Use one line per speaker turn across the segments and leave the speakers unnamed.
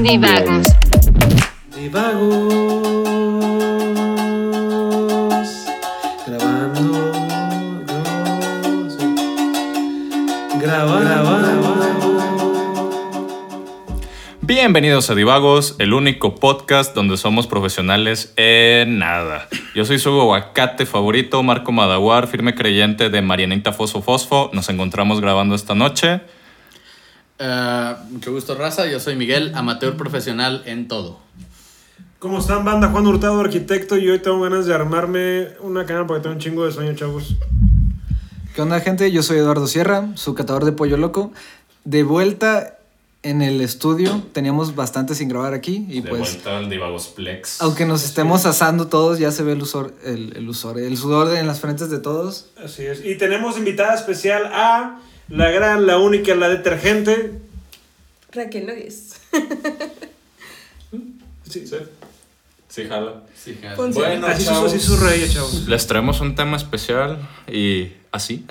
Divagos.
De vagos grabando grabando
Bienvenidos a Divagos, el único podcast donde somos profesionales en nada. Yo soy su aguacate favorito, Marco Madaguar, firme creyente de Marianita Fosfo Fosfo. Nos encontramos grabando esta noche.
Ah, mucho gusto, raza. Yo soy Miguel, amateur profesional en todo.
¿Cómo están, banda? Juan Hurtado, arquitecto, y hoy tengo ganas de armarme una cama porque tengo un chingo de sueño, chavos.
¿Qué onda, gente? Yo soy Eduardo Sierra, su catador de pollo loco. De vuelta en el estudio, teníamos bastante sin grabar aquí y
de
pues,
vuelta al Divagos Plex.
aunque nos estemos asando todos, ya se ve el, usor, el, el usor, el sudor en las frentes de todos.
Así es. Y tenemos invitada especial a la gran, la única, la detergente.
Raquel Nogués.
Sí,
Sí, jala.
Ah, Sí,
Bueno,
así, sus, así sus reyes, chavos.
Les traemos un tema especial y así.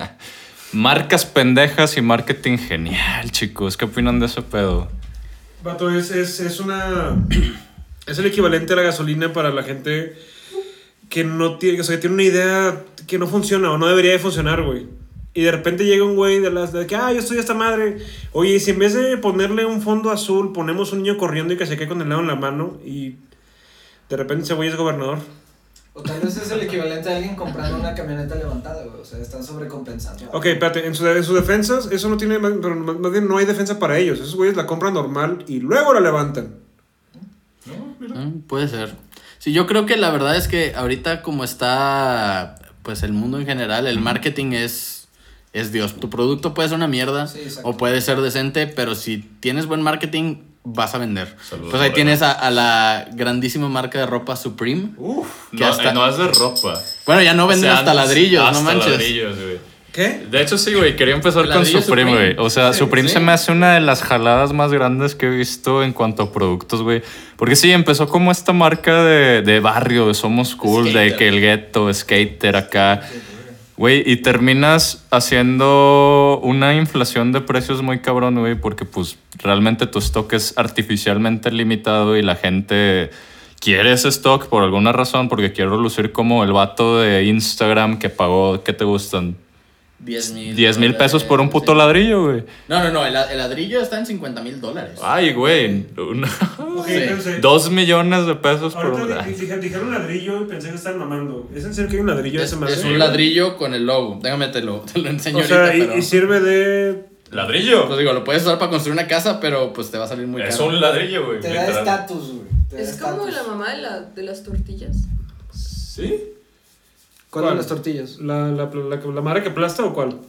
Marcas pendejas y marketing genial, chicos. ¿Qué opinan de ese pedo?
Vato, es, es, es una. Es el equivalente a la gasolina para la gente que no tiene. O sea, que tiene una idea que no funciona o no debería de funcionar, güey. Y de repente llega un güey de las. De que, ah, yo estoy esta madre. Oye, y si en vez de ponerle un fondo azul, ponemos un niño corriendo y que se cae con el lado en la mano y. De repente ese güey es gobernador.
O tal vez es el equivalente a alguien comprando una camioneta levantada, güey. O sea, están sobrecompensando.
Ok, espérate, en, sus- en sus defensas, eso no tiene. Pero más, más bien no hay defensa para ellos. Esos güeyes la compran normal y luego la levantan.
Ah, Puede ser. Sí, yo creo que la verdad es que ahorita como está pues el mundo en general, el marketing es, es Dios. Tu producto puede ser una mierda
Sí, exacto.
o puede ser decente, pero si tienes buen marketing, vas a vender.
Saludos,
pues ahí
Morena.
tienes a, a la grandísima marca de ropa Supreme.
Uf.
Que
No,
hasta-
eh, no es de ropa.
Bueno, ya no venden
O sea,
hasta ladrillos,
hasta
no manches.
ladrillos, güey.
¿Qué?
De hecho, sí, güey, quería empezar con
Ladrillo
Supreme,
Supreme.
güey. O sea, Supreme se me hace una de las jaladas más grandes que he visto en cuanto a productos, güey. Porque sí, empezó como esta marca de, de barrio, de somos cool, de
Skater.
que el gueto, skater acá. Güey, y terminas haciendo una inflación de precios muy cabrón, güey, porque pues realmente tu stock es artificialmente limitado y la gente quiere ese stock por alguna razón, porque quiero lucir como el vato de Instagram que pagó, ¿qué te gustan?
10 mil.
10 mil pesos por un puto
Sí.
ladrillo, güey.
No, no, no, el, el ladrillo está en 50 mil dólares.
Ay, güey. una-
Ok,
Sí.
espérense.
Dos millones de pesos por un
Ahorita di- di- dije- dijeron ladrillo y pensé que estaban mamando. ¿Es en serio que hay un ladrillo de
Es,
esa
es
madre?
un ladrillo con el logo. Déjame te lo, te lo enseño
O sea,
ahorita,
y,
pero-
y sirve de.
Pues
¿Ladrillo?
digo, lo puedes usar para construir una casa, pero pues te va a salir muy caro.
ladrillo, güey.
Te da estatus, güey. Te da
Es como
estatus.
la mamá de, la- de las tortillas.
¿Sí?
¿Cuál de
¿Cuál?
las tortillas?
¿La, la, la, la madre que aplasta o cuál?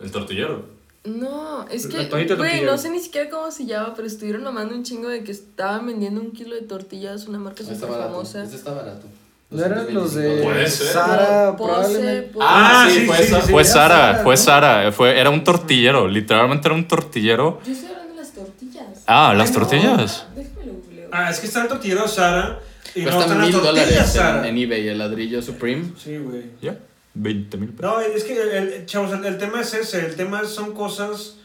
El tortillero.
No, es
La
que,
toallita de
güey,
tortilla.
no sé ni siquiera cómo se llama, pero estuvieron mamando un chingo de que estaban vendiendo un kilo de tortillas, una marca
Este está
súper
barato.
famosa.
Este está barato.
¿No eran los
225
Puede
de
Pues,
ser.
Sara?
Pose,
Probablemente.
pose.
Ah, sí, sí, sí,
Fue
era
Sara,
Sara,
fue
¿no?
Sara. Fue, era un tortillero, literalmente era un tortillero.
Yo estoy hablando de las tortillas.
Ah, las
no.
tortillas.
Déjame lo googleo.
Ah, es que está el tortillero Sara y no
Cuesta
están las
mil
tortillas
dólares en,
Sara.
en eBay, el ladrillo Supreme.
Sí, güey.
Ya, 20 mil pesos.
No, es que, el- el- chavos, el, el tema es ese. El tema son cosas.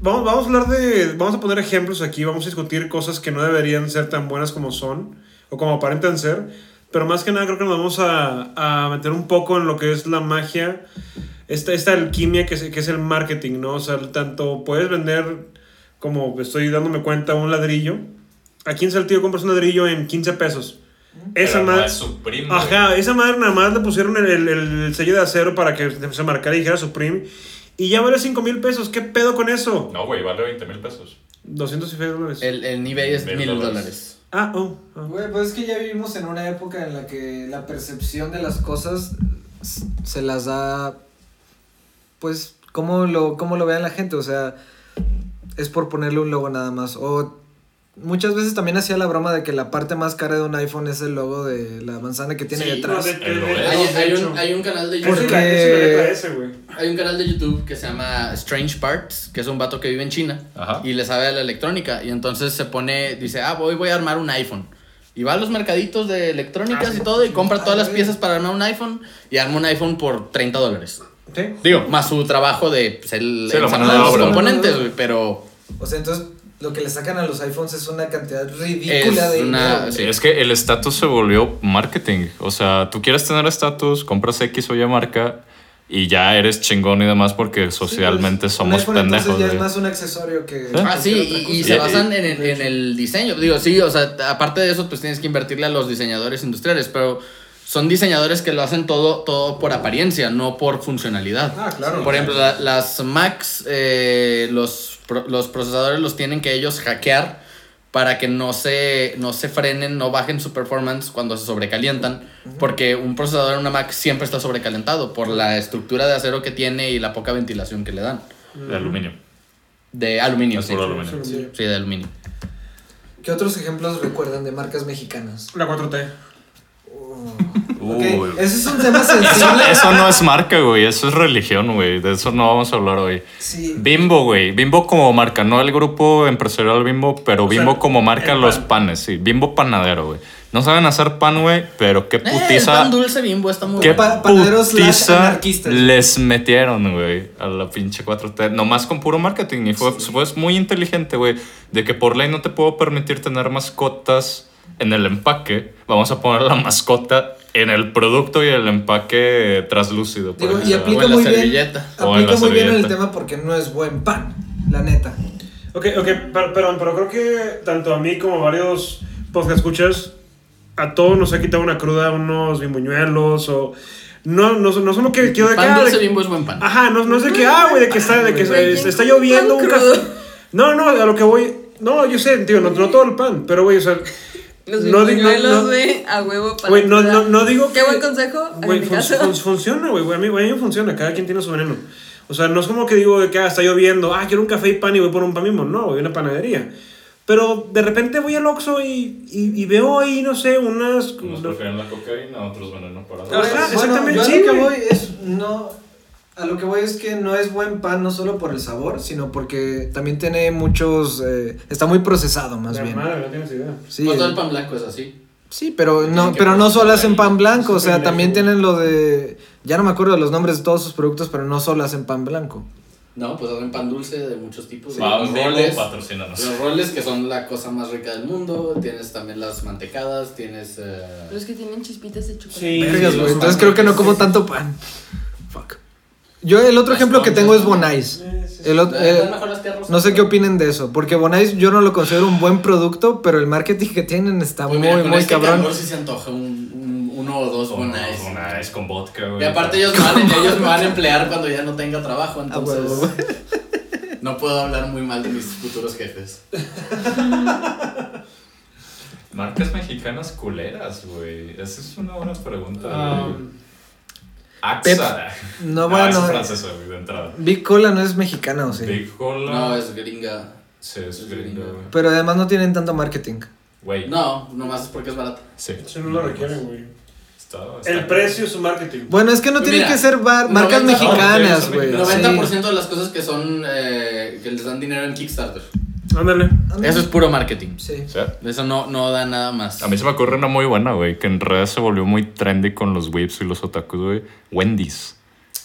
Vamos, vamos a hablar de. Vamos a poner ejemplos aquí. Vamos a discutir cosas que no deberían ser tan buenas como son o como aparentan ser. Pero más que nada, creo que nos vamos a, a meter un poco en lo que es la magia. Esta, esta alquimia que es, que es el marketing, ¿no? O sea, tanto puedes vender, como estoy dándome cuenta, un ladrillo. Aquí en Saltillo compras un ladrillo en 15 pesos. Esa madre.
Supreme.
Ajá, esa madre nada más le pusieron el, el- el sello de acero para que se marcara y dijera Supreme. Y ya vale 5 mil pesos. ¿Qué pedo con eso?
No, güey, vale 20 mil pesos.
200 y feria dólares.
El, el eBay es
Mil
mil
dólares.
dólares.
Ah, oh. ah.
Güey, pues es que ya vivimos en una época en la que la percepción de las cosas s- se las da, pues, cómo lo, cómo lo vean la gente, o sea, es por ponerle un logo nada más, o muchas veces también hacía la broma de que la parte más cara de un iPhone es el logo de la manzana que tiene
Sí,
detrás.
No, de- de-
El
de-
Hay,
de
hay
hecho. Pues
un, hay un canal de
Esa es
YouTube.
la-
Porque-
esa es la letra S, güey.
Hay un canal de YouTube que se llama Strange Parts, que es un vato que vive en China
Ajá.
y le sabe a la electrónica. Y entonces se pone, dice, ah, hoy voy a armar un iPhone. Y va a los mercaditos de electrónicas y todo y compra todas las piezas para armar un iPhone y arma un iPhone por 30 dólares.
Sí.
Digo, más su trabajo de pues, el,
Sí, la
ensamblar
mano de
los
obra.
componentes, güey, pero
O sea, entonces lo que le sacan a los iPhones es una cantidad
es
ridícula de
una...
dinero.
sí.
Es que el estatus se volvió marketing. O sea, tú quieres tener estatus, compras X o Y marca y ya eres chingón y demás porque socialmente
Sí, pues, un
somos
iPhone,
pendejos.
Entonces ya es
güey.
más un accesorio que.
¿Eh?
Ah,
cualquier otra
sí, y, y
cosa.
se
Y-
basan en, el- en el diseño. Digo, sí, o sea, t- aparte de eso, pues tienes que invertirle a los diseñadores industriales, pero son diseñadores que lo hacen todo, todo por apariencia, no por funcionalidad.
Ah, claro.
Por ejemplo, la- las Macs, eh, los, pro- los procesadores los tienen que ellos hackear para que no se, no se frenen, no bajen su performance cuando se sobrecalientan, porque un procesador en una Mac siempre está sobrecalentado por la estructura de acero que tiene y la poca ventilación que le dan.
De aluminio.
De aluminio,
Es
sí.
puro aluminio.
Sí.
Sí, de aluminio.
¿Qué otros ejemplos recuerdan de marcas mexicanas?
La 4T.
Ok,
Uy.
Ese es un tema sensible.
Eso no es marca, güey. Eso es religión, güey. De eso no vamos a hablar hoy.
Sí.
Bimbo, güey. Bimbo como marca, no el grupo empresarial Bimbo, pero
sea,
Bimbo como marca
el
los
pan.
panes, sí. Bimbo panadero, güey. No saben hacer pan, güey, pero qué
Eh, el
putiza.
pan dulce bimbo está muy
¿Qué
bueno.
Pa- panaderos slash
putiza
anarquistas.
les metieron, güey, a la pinche 4T? Nomás con puro marketing. Y fue, fue muy inteligente, güey. De que por ley no te puedo permitir tener mascotas en el empaque. Vamos a poner la mascota en el producto y el empaque traslúcido. pues. por
Digo, y
ejemplo.
aplica
O en la
muy bien.
servilleta.
O en la
Aplica muy bien el
servilleta.
tema porque no es buen pan, la neta.
Ok, ok, per- perdón, pero creo que tanto a mí como a varios podcast escuchas, a todos nos ha quitado una cruda, unos bimbuñuelos o. No, no, no solo que quiero de que,
Pan
ah,
dulce
de-
bimbo es buen pan.
Ajá, no, no es de que, ah, güey, de que está, de que se-
Güey, ¿quién
está
come
lloviendo
pan
un café.
crudo?
No, no, a lo que voy. No, yo sé, tío, no, no todo el pan, pero güey, o sea.
Los
no di- no-
buñuelos,
no-
güey, a huevo para
Güey, no,
empezar.
no, no digo que.
Qué buen consejo, hagan
Güey,
mi
fun-
caso.
fun- funciona, güey. güey, A mí, güey, a mí me funciona. Cada quien tiene su veneno. O sea, no es como que digo de que ah, está lloviendo, ah, quiero un café y pan y voy por un pan mismo. No, güey, una panadería. Pero de repente voy al Oxxo y, y, y veo ahí, no sé, unas.
Unos prefieren la cocaína, otros veneno para
Ajá,
Bueno,
exactamente,
yo a
sí,
lo que
güey.
voy es no a lo que voy es que no es buen pan no solo por el sabor, sino porque también tiene muchos eh, está muy procesado más
La
bien.
madre, no tienes idea.
Sí,
Pues todo
eh,
el pan blanco es así.
sí, pero
Tiene
no
que
pero no solo
procesar
hacen
ahí.
pan blanco, o
Es
sea,
un
también
privilegio.
tienen lo de ya no me acuerdo de los nombres de todos sus productos, pero no solo hacen pan blanco.
No, pues hacen pan dulce de muchos tipos.
Sí,
Los roles,
patrocínanos.
los roles que son la cosa más rica del mundo. Tienes también las mantecadas, tienes... eh,
Pues,
Los que tienen chispitas de chocolate.
Sí.
Vergas,
sí,
güey,
los
entonces
panes,
creo que no como
sí.
tanto pan. Fuck. Yo el otro
Las
ejemplo que
conchas,
tengo es
¿no?
Bonais.
Sí, sí, sí.
El ot-
eh,
el-
están mejor las tierras
No sé qué
rosas.
opinen de eso, porque Bonais yo no lo considero un buen producto, pero el marketing que tienen está
Pues
muy,
mira,
muy,
con este
cabrón.
calor sí se antoja un, un- uno o dos bonais.
Una es con vodka,
Y
güey.
aparte ellos me, van, ellos me van a emplear cuando ya no tenga trabajo, entonces...
Ah, huevo, güey.
no puedo hablar muy mal de mis futuros jefes.
Marcas mexicanas culeras, güey. Esa es una buena pregunta.
Ah,
güey.
Um,
AXA.
No,
Ah, esa
bueno,
es francesa, güey, de entrada.
Big Cola no es mexicana, o sí.
Big Cola.
No, eh, es gringa.
Sí, es gringa, güey.
Pero además no tienen tanto marketing.
Güey.
No, nomás es porque es barata.
Sí.
Eso no lo requieren, güey.
Está- está-
El precio es su marketing.
Bueno, es que no
Pues Mira,
tienen que ser bar- marcas
90
mexicanas,
no,
güey.
Pero
90%
sí.
de las cosas que son eh, que les dan dinero en Kickstarter.
Ándale.
Eso es puro marketing.
Sí.
Sí.
Eso no, no da nada más.
A mí se me ocurre una muy buena, güey, que en redes se volvió muy trendy con los whips y los otakus, güey. Wendy's.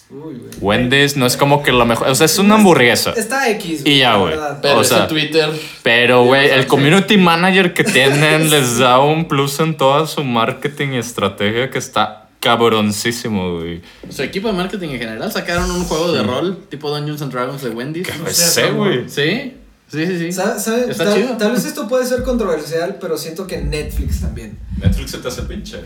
Uy, güey.
Wendy's no es como que la mejor. O sea, es una hamburguesa.
Está X.
Y ya,
la
güey.
verdad.
Pero
o sea,
ese Twitter.
Pero, güey, el
Sí.
community manager que tienen les da un plus en toda su marketing y estrategia que está cabroncísimo, güey.
Su equipo de marketing en general sacaron un juego de rol tipo Dungeons and Dragons de Wendy's.
Pues sé, güey.
Sí, sí, sí. sí.
Sa- sabe-
Está
tal,
chido.
tal vez esto puede ser controversial, pero siento que Netflix también.
Netflix se te hace pinche.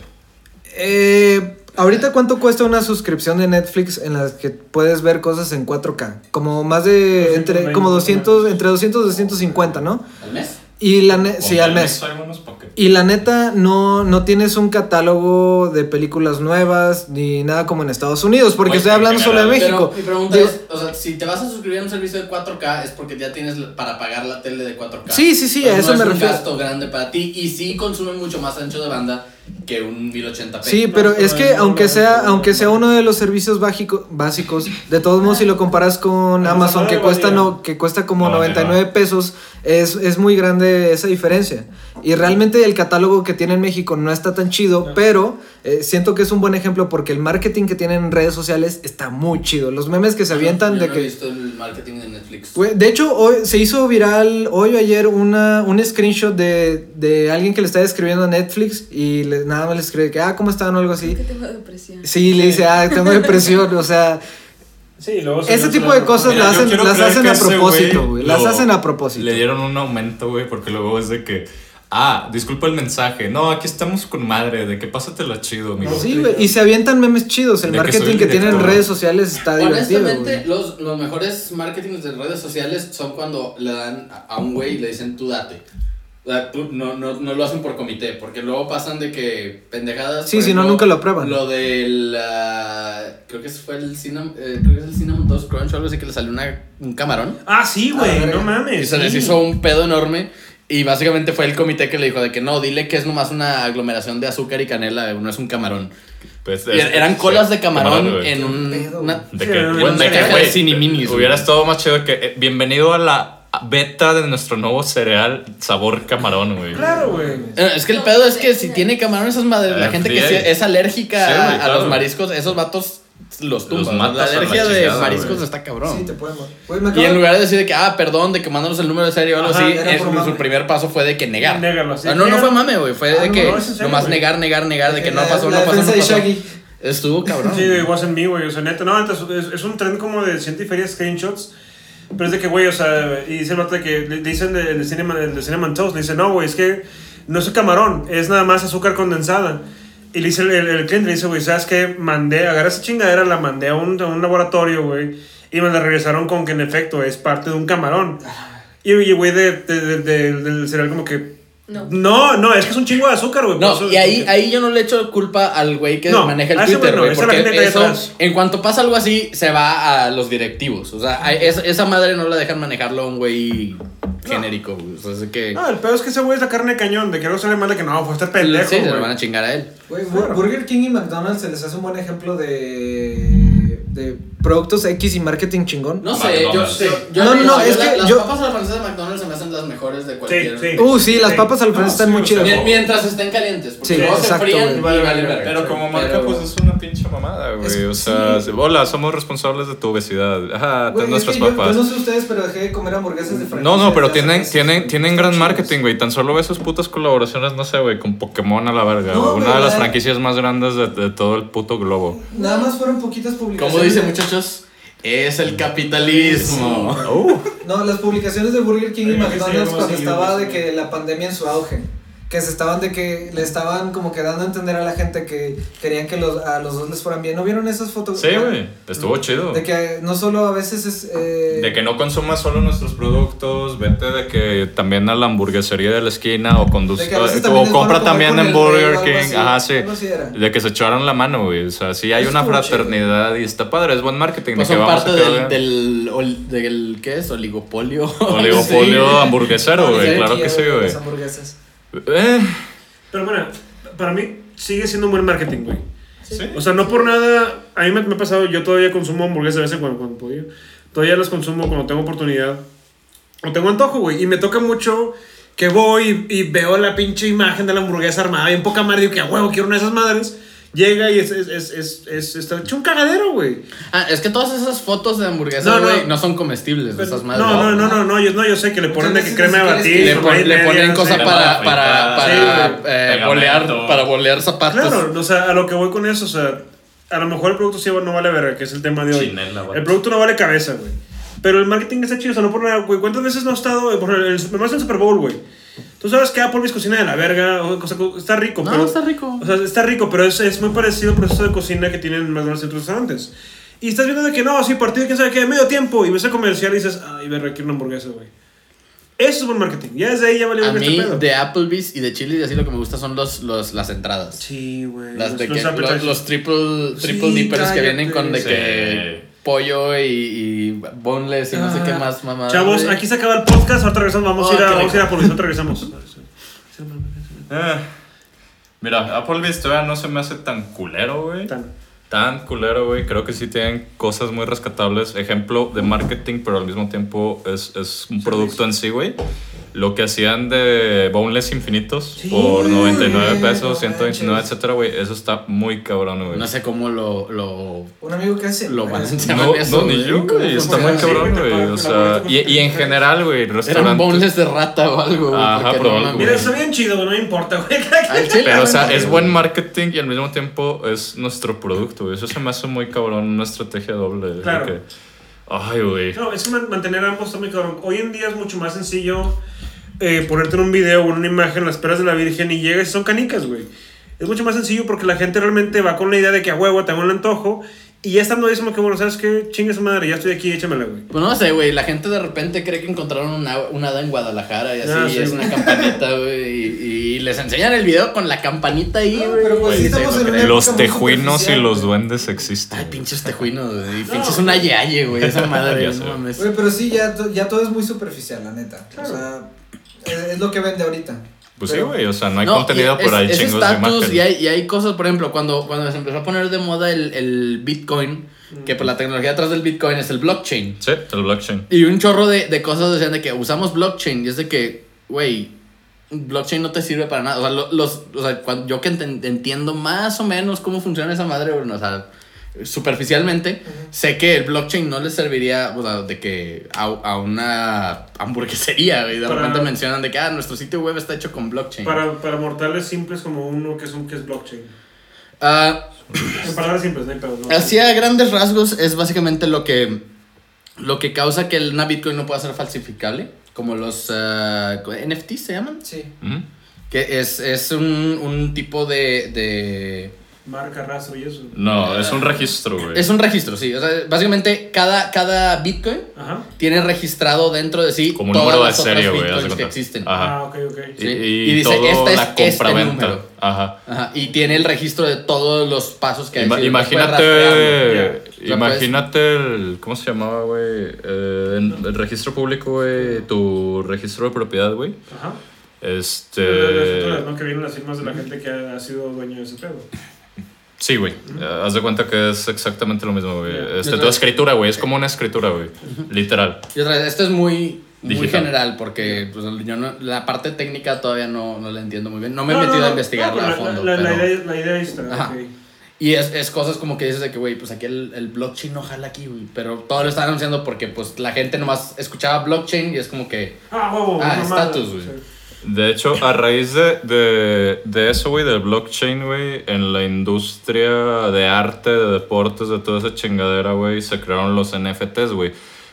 Eh, ahorita cuánto cuesta una suscripción de Netflix en la que puedes ver cosas en 4K? Como más de entre como
220,
200 entre 200 y 250, ¿no?
¿Al mes?
Y la ne- sí, al mes.
Hay unos paquetes.
Y la neta, no, no tienes un catálogo de películas nuevas ni nada como en Estados Unidos, porque
Oye,
estoy hablando solo de
pero-
México.
Pero mi pregunta
Digo,
es, o sea, si te vas a suscribir a un servicio de 4K es porque ya tienes la- para pagar la tele de 4K.
Sí, sí, sí, a
Entonces,
eso
no
me
es
refiero.
un gasto grande para ti y sí consume mucho más ancho de banda que un 1080p.
Sí, pero es que aunque sea, aunque sea uno de los servicios básico- básicos, de todos modos si lo comparas con
Amazon
Amazon que
no
cuesta
valía.
no, que cuesta como
No,
99 pesos, es, es muy grande esa diferencia. Y realmente el catálogo que tiene en México no está tan chido, pero eh, siento que es un buen ejemplo porque el marketing que tienen en redes sociales está muy chido. Los memes que se avientan
Yo
de
no
que
he visto el marketing de Netflix.
Güey, De hecho, hoy, se hizo viral hoy o ayer una, un screenshot de, de alguien que le está escribiendo a Netflix y le- nada más le escribe que, ah, ¿cómo están? o algo así.
Que tengo depresión.
Sí, le dice, ah, tengo depresión, o sea,
Sí, y luego se
ese
lanza
tipo
la
de
ropa.
cosas
Mira,
las
yo
hacen,
quiero
las
creer
hacen
que
a
ese
propósito,
güey
güey, las
lo-
hacen a propósito.
Le dieron un aumento, güey, porque luego es de que. Ah, disculpa el mensaje. No, aquí estamos con madre, de que pásatela chido, amigo.
¿Ah, Sí, güey, y se avientan memes chidos, el
De que soy
marketing
el
que tienen en
director.
redes sociales está divertido,
Honestamente,
güey.
los, los mejores marketings de redes sociales son cuando le dan a- a un güey y le dicen tú date. O sea, tú- no, no, no lo hacen por comité, porque luego pasan de que pendejadas.
Sí,
por
si no,
ejemplo,
nunca lo aprueban.
Lo del. ah, creo que ese fue el Cinnamon, creo que es el Cinnamon Toast Crunch o algo así que le salió una, un camarón.
Ah, sí, güey,
Ah,
no
verga.
mames.
Y se
sí.
les hizo un pedo enorme. Y básicamente fue el comité que le dijo de que no, dile que es nomás una aglomeración de azúcar y canela, no es un camarón.
Pues,
Y
es-
eran colas de
sí,
camarón
güey.
en un-
pedo,
una-
De
Sí,
que,
en
güey,
un
de que,
cereal.
güey,
Cine minis, güey.
Hubiera estado más chido que. eh, bienvenido a la beta de nuestro nuevo cereal sabor camarón, güey.
Claro, güey.
Eh, Es que el pedo es que si tiene camarón esas madres, la
Eh,
gente que
friega.
se- es alérgica
Sí,
a,
güey,
a
claro.
los mariscos, esos vatos los tumban.
matas
la
a la
alergia de
chingada,
mariscos
güey.
está cabrón.
Sí, te pueden morir. Güey, me
y
acabo
en
de-
lugar de decir de que, ah, perdón, de que mándanos el número de serie o algo
Ajá,
así,
era
es-
por
su
mame.
primer paso fue de que negar.
Négalo, sí,
Ah, no, no
négalo.
fue mame, güey. Fue
Ah,
de
no,
que
no, es en serio,
nomás
güey.
negar, negar, negar, de que no
La-
pasó,
la
no pasó, no
defensa de
pasó.
Shaggy.
Estuvo cabrón.
Sí, igual en mí, güey. O sea, neta, no, neta, es- es, es un trend como de ciento y feria screenshots. Pero es de que, güey, o sea, y dice el vato de que le, le dice el de, el de Cinnamon, el de Cinnamon Toast, le dice, no, güey, es que no es un camarón, es nada más azúcar condensada. Y le dice el, el, el cliente, le dice, güey, ¿sabes qué? Mandé, agarré esa chingadera, la mandé a un, a un laboratorio, güey, y me la regresaron con que en efecto es parte de un camarón.
Ah.
Y, y, güey, de, de, de- de- del cereal como que...
No.
No, no, es que es un chingo de azúcar, güey. por
No,
eso-
y ahí, ahí yo no le echo culpa al güey que
No,
maneja
a
el
ese
Twitter, güey.
güey no, esa la gente
porque
allá
eso,
atrás.
en cuanto pasa algo así, se va a los directivos. O sea, hay- es- esa madre no la dejan manejarlo a un güey genérico. güey. O sea, es que.
No, el pedo es que ese güey es la carne de cañón, de que algo sale mal, de que no, fue este pendejo,
sí, se lo
güey.
van a chingar a él.
Güey, Bur- Burger King y McDonald's se les hace un buen ejemplo de, de productos X y marketing chingón.
No
sé,
sé,
yo-
yo,
McDonald's. yo-
yo- No, no, no, es que
las
yo-
papas a la francesa de McDonald's se me hacen las mejores de cualquier.
Sí, sí.
Uh, sí, las
Sí.
papas al francés
No,
están
sí,
muy
o
chidas.
Mien- Mientras estén calientes, porque
Sí,
luego
exacto,
se frían
güey.
y
Vale,
valen
vale,
verga.
Pero como marca,
Pero-
pues es una pinche mamada, güey.
Es-
o sea,
sí.
hola, somos responsables de tu obesidad. Ajá,
Güey,
ten
es que
nuestras
yo,
papas.
yo no sé ustedes, pero dejé de comer hamburguesas de
No,
franquicia
no,
desde
pero
hace
tienen,
meses,
tienen,
güey.
tienen
Están
gran
chidas.
marketing, güey. Tan solo ve sus putas colaboraciones, no sé, güey, con Pokémon a la verga.
No,
güey,
güey,
una de
la-
las franquicias más grandes de, de todo el puto globo.
Nada más fueron poquitas publicaciones.
Como dicen muchachos, es el capitalismo.
No, las publicaciones de Burger King y
Ay, me decía,
McDonald's
no,
cuando
sí,
estaba
yo-
de que la pandemia en su auge. Que se estaban de que le estaban como que dando a entender a la gente que querían que los, a los dos les fueran bien. ¿No vieron esas fotos?
Sí, güey. Estuvo chido.
Mm. De que no solo a veces es. eh,
De que no consumas solo nuestros productos, vete de que también a la hamburguesería de la esquina o
de
conduce eh,
que a veces también
o
es
compra
bueno comer
también
con
en
el rey o
Burger
algo
King.
así,
Ajá, sí.
algo así era.
De que se echaron la mano, güey. O sea, sí hay
Eso
una
estuvo chido.
fraternidad y está padre, es buen marketing.
Pues
de que
son
vamos
parte
a
del,
quedar-
del, ol- del- ¿Qué es? Oligopolio.
Oligopolio
Sí.
hamburguesero, güey.
Burger
Claro
King,
que sí,
Las
güey.
hamburguesas.
Eh,
Pero bueno, para mí sigue siendo un buen marketing, güey.
sí.
O sea, no por nada, a mí me, me ha pasado, yo todavía consumo hamburguesas de vez en cuando, cuando puedo. Todavía las consumo cuando tengo oportunidad. O tengo antojo, güey. Y me toca mucho que voy y, y veo la pinche imagen de la hamburguesa armada bien poca madre. Digo que a huevo quiero una de esas madres. Llega y es, es, es, es, es- está hecho un cagadero, güey.
Ah, es que todas esas fotos de
No,
hamburguesas,
no.
güey, no, son comestibles, esas
no,
madres.
no, no, no, no, yo, no, yo sé que le ponen de que
veces
crema de
ni siquiera es
batir.
que-
Le, pon-
rellena
le
de
ponen
media,
cosas
sí.
para, para,
Sí,
para,
güey.
eh,
Pegamento.
bolear, para bolear zapatos.
Claro, o sea, a lo que voy con eso, o sea, a lo mejor el producto sí no vale verga, que es el tema de hoy.
Chinela, vato.
el producto no vale cabeza, güey. Pero el marketing está chido, o sea, no por nada, güey. ¿Cuántas veces no ha estado, eh, por ejemplo, el, más el Super Bowl, güey? Tú sabes que Applebee's cocina de la verga, o, o sea, está rico,
No,
pero.
está rico.
O sea, está rico, pero es, es muy parecido al proceso de cocina que tienen más grandes otros restaurantes. Y estás viendo de que no, sí, partido, quién sabe qué, medio tiempo, y ves a comercial y dices, ay, verga, quiero una hamburguesa, güey. Eso es buen marketing. Ya desde ahí ya valió
A
verga
mí,
este pedo.
de Applebee's y de Chili's, y así lo que me gusta son los, los, las entradas.
Sí, güey.
Las de que-
appetizers.
los, los triple, triple
Sí,
dippers que
cállate.
vienen con de
Sí.
que pollo y, y boneless y no sé qué
Ah.
más, mamá.
Chavos, aquí se acaba el podcast. Ahorita regresamos. Vamos a
Oh,
ir a,
qué
vamos a ir a por Ahorita regresamos. Eh.
Ah, Mira, Applebee's todavía no se me hace tan culero, güey. Tan,
Tan.
culero, güey. Creo que sí tienen cosas muy rescatables. Ejemplo de marketing, pero al mismo tiempo es, es un producto en sí, güey. Lo que hacían de Boneless Infinitos
Sí,
por 99
güey, no
pesos, 129,
manches.
etcétera, güey. Eso está muy cabrón, güey.
No sé cómo lo. lo
Un amigo que hace. eh,
Lo
Bueno,
balancean.
No,
eso,
no, ni
güey.
yo, güey. Está muy
Sí,
cabrón,
güey, te
güey.
pagan
O
con la bolsa
sea,
con
y, y en general, güey,
eran
restaurantes.
boneless de rata o algo, güey.
Ajá,
porque no
probable,
mames.
Mira, está bien chido, güey. No me importa, güey.
Al chile,
Pero, o
la
sea,
neta,
es
güey.
buen marketing y al mismo tiempo es nuestro producto, güey. Eso se me hace muy cabrón, una estrategia doble. de
Claro.
que- Ay, güey.
No, es que man- mantener ambos está muy cabrón. Hoy en día es mucho más sencillo eh, ponerte en un video o en una imagen las peras de la Virgen y llegas y son canicas, güey. Es mucho más sencillo porque la gente realmente va con la idea de que a huevo tengo el antojo y ya estando ahí es como que, bueno, ¿sabes qué? Chingue su madre, ya estoy aquí, échamela, güey.
Pues no sé, güey. La gente de repente cree que encontraron una, un hada en Guadalajara y así.
Ah,
y
sí,
es
güey.
una campanita, güey. Y, y les enseñan el video con la campanita ahí, güey.
pero pues sí
Y
estamos
se-
en e-
no
una
creen.
Los
muy
tejuinos y
superficial,
los
güey.
duendes existen.
Ay,
güey.
pinches tejuinos, güey. Y pinches una yaye, güey. Esa madre,
Ya
no
sé.
mames.
Güey, pero sí, ya, to- ya todo es muy superficial, la neta. O sea, es, es lo que vende ahorita.
Pues sí,
Pero-
güey. O sea, no hay
No,
contenido,
y
pero hay
es- es
chingos de
estatus
imagen.
y hay, y hay cosas, por ejemplo, cuando, cuando se empezó a poner de moda el, el Bitcoin, que pues la tecnología detrás del Bitcoin es el blockchain.
Sí, el blockchain.
Y un chorro de, de cosas decían de que usamos blockchain. Y es de que, güey, blockchain no te sirve para nada. O sea, lo- los, o sea cuan- yo que enten- entiendo más o menos cómo funciona esa madre, bueno, o sea, superficialmente, sé que el blockchain no le serviría, o sea, de que a, a una hamburguesería, güey. De
Para-
repente mencionan de que, ah, nuestro sitio web está hecho con blockchain.
Para, para mortales simples como uno que es, un, que es blockchain.
Ah,
En palabras simples, no hay pedo, ¿no?
Así a grandes rasgos es básicamente lo que lo que causa que el- una Bitcoin no pueda ser falsificable, como los ah, NFT se llaman,
Sí.
¿Mm?
que es, es un, un tipo de, de-
Marca, rastro y eso.
No, es un registro, güey.
Es un registro, sí. O sea, básicamente cada, cada Bitcoin
Ajá.
tiene registrado dentro de sí
Como un
todas
número de
las otras
serie, güey. haz de
Bitcoins que
cuenta.
existen. Ajá.
Ajá.
Ah, ok, ok.
Y,
Sí.
y
Y dice,
todo
"Este es
la
este
compraventa.
número".
Ajá.
Y tiene el registro de todos los pasos que hay.
Ima-
sí, los puede rastrear, güey.
imagínate,
ya. pues,
imagínate el, ¿cómo se llamaba, güey? Eh, en el registro público, güey, tu registro de propiedad, güey.
Ajá. Las
Este,
futuras, ¿no? Que vienen las firmas de la gente que ha, ha sido dueño de ese pedo.
sí, güey. Eh, Haz de cuenta que es exactamente lo mismo, güey.
Ya.
Este, tu
Otra-
escritura, güey, es como una escritura, güey, literal.
Y otra vez, esto es muy, muy
Digital.
general porque pues, yo no- la parte técnica todavía no, no la entiendo muy bien. No me he
No, no,
metido
no,
a investigarla
no,
a
pero
fondo.
La, la- la
pero-
idea, la idea está.
Ajá.
ok.
Y es, es cosas como que dices de que, güey, pues aquí el, el blockchain no jala aquí, güey. Pero todo lo están anunciando porque pues la gente nomás escuchaba blockchain y es como que...
Ah, huevo.
Ah,
mamada.
estatus, güey.
Sí.
De hecho, a raíz de, de, de eso, güey, del blockchain, güey, en la industria de arte, de deportes, de toda esa chingadera, güey, se crearon los NFTs, güey.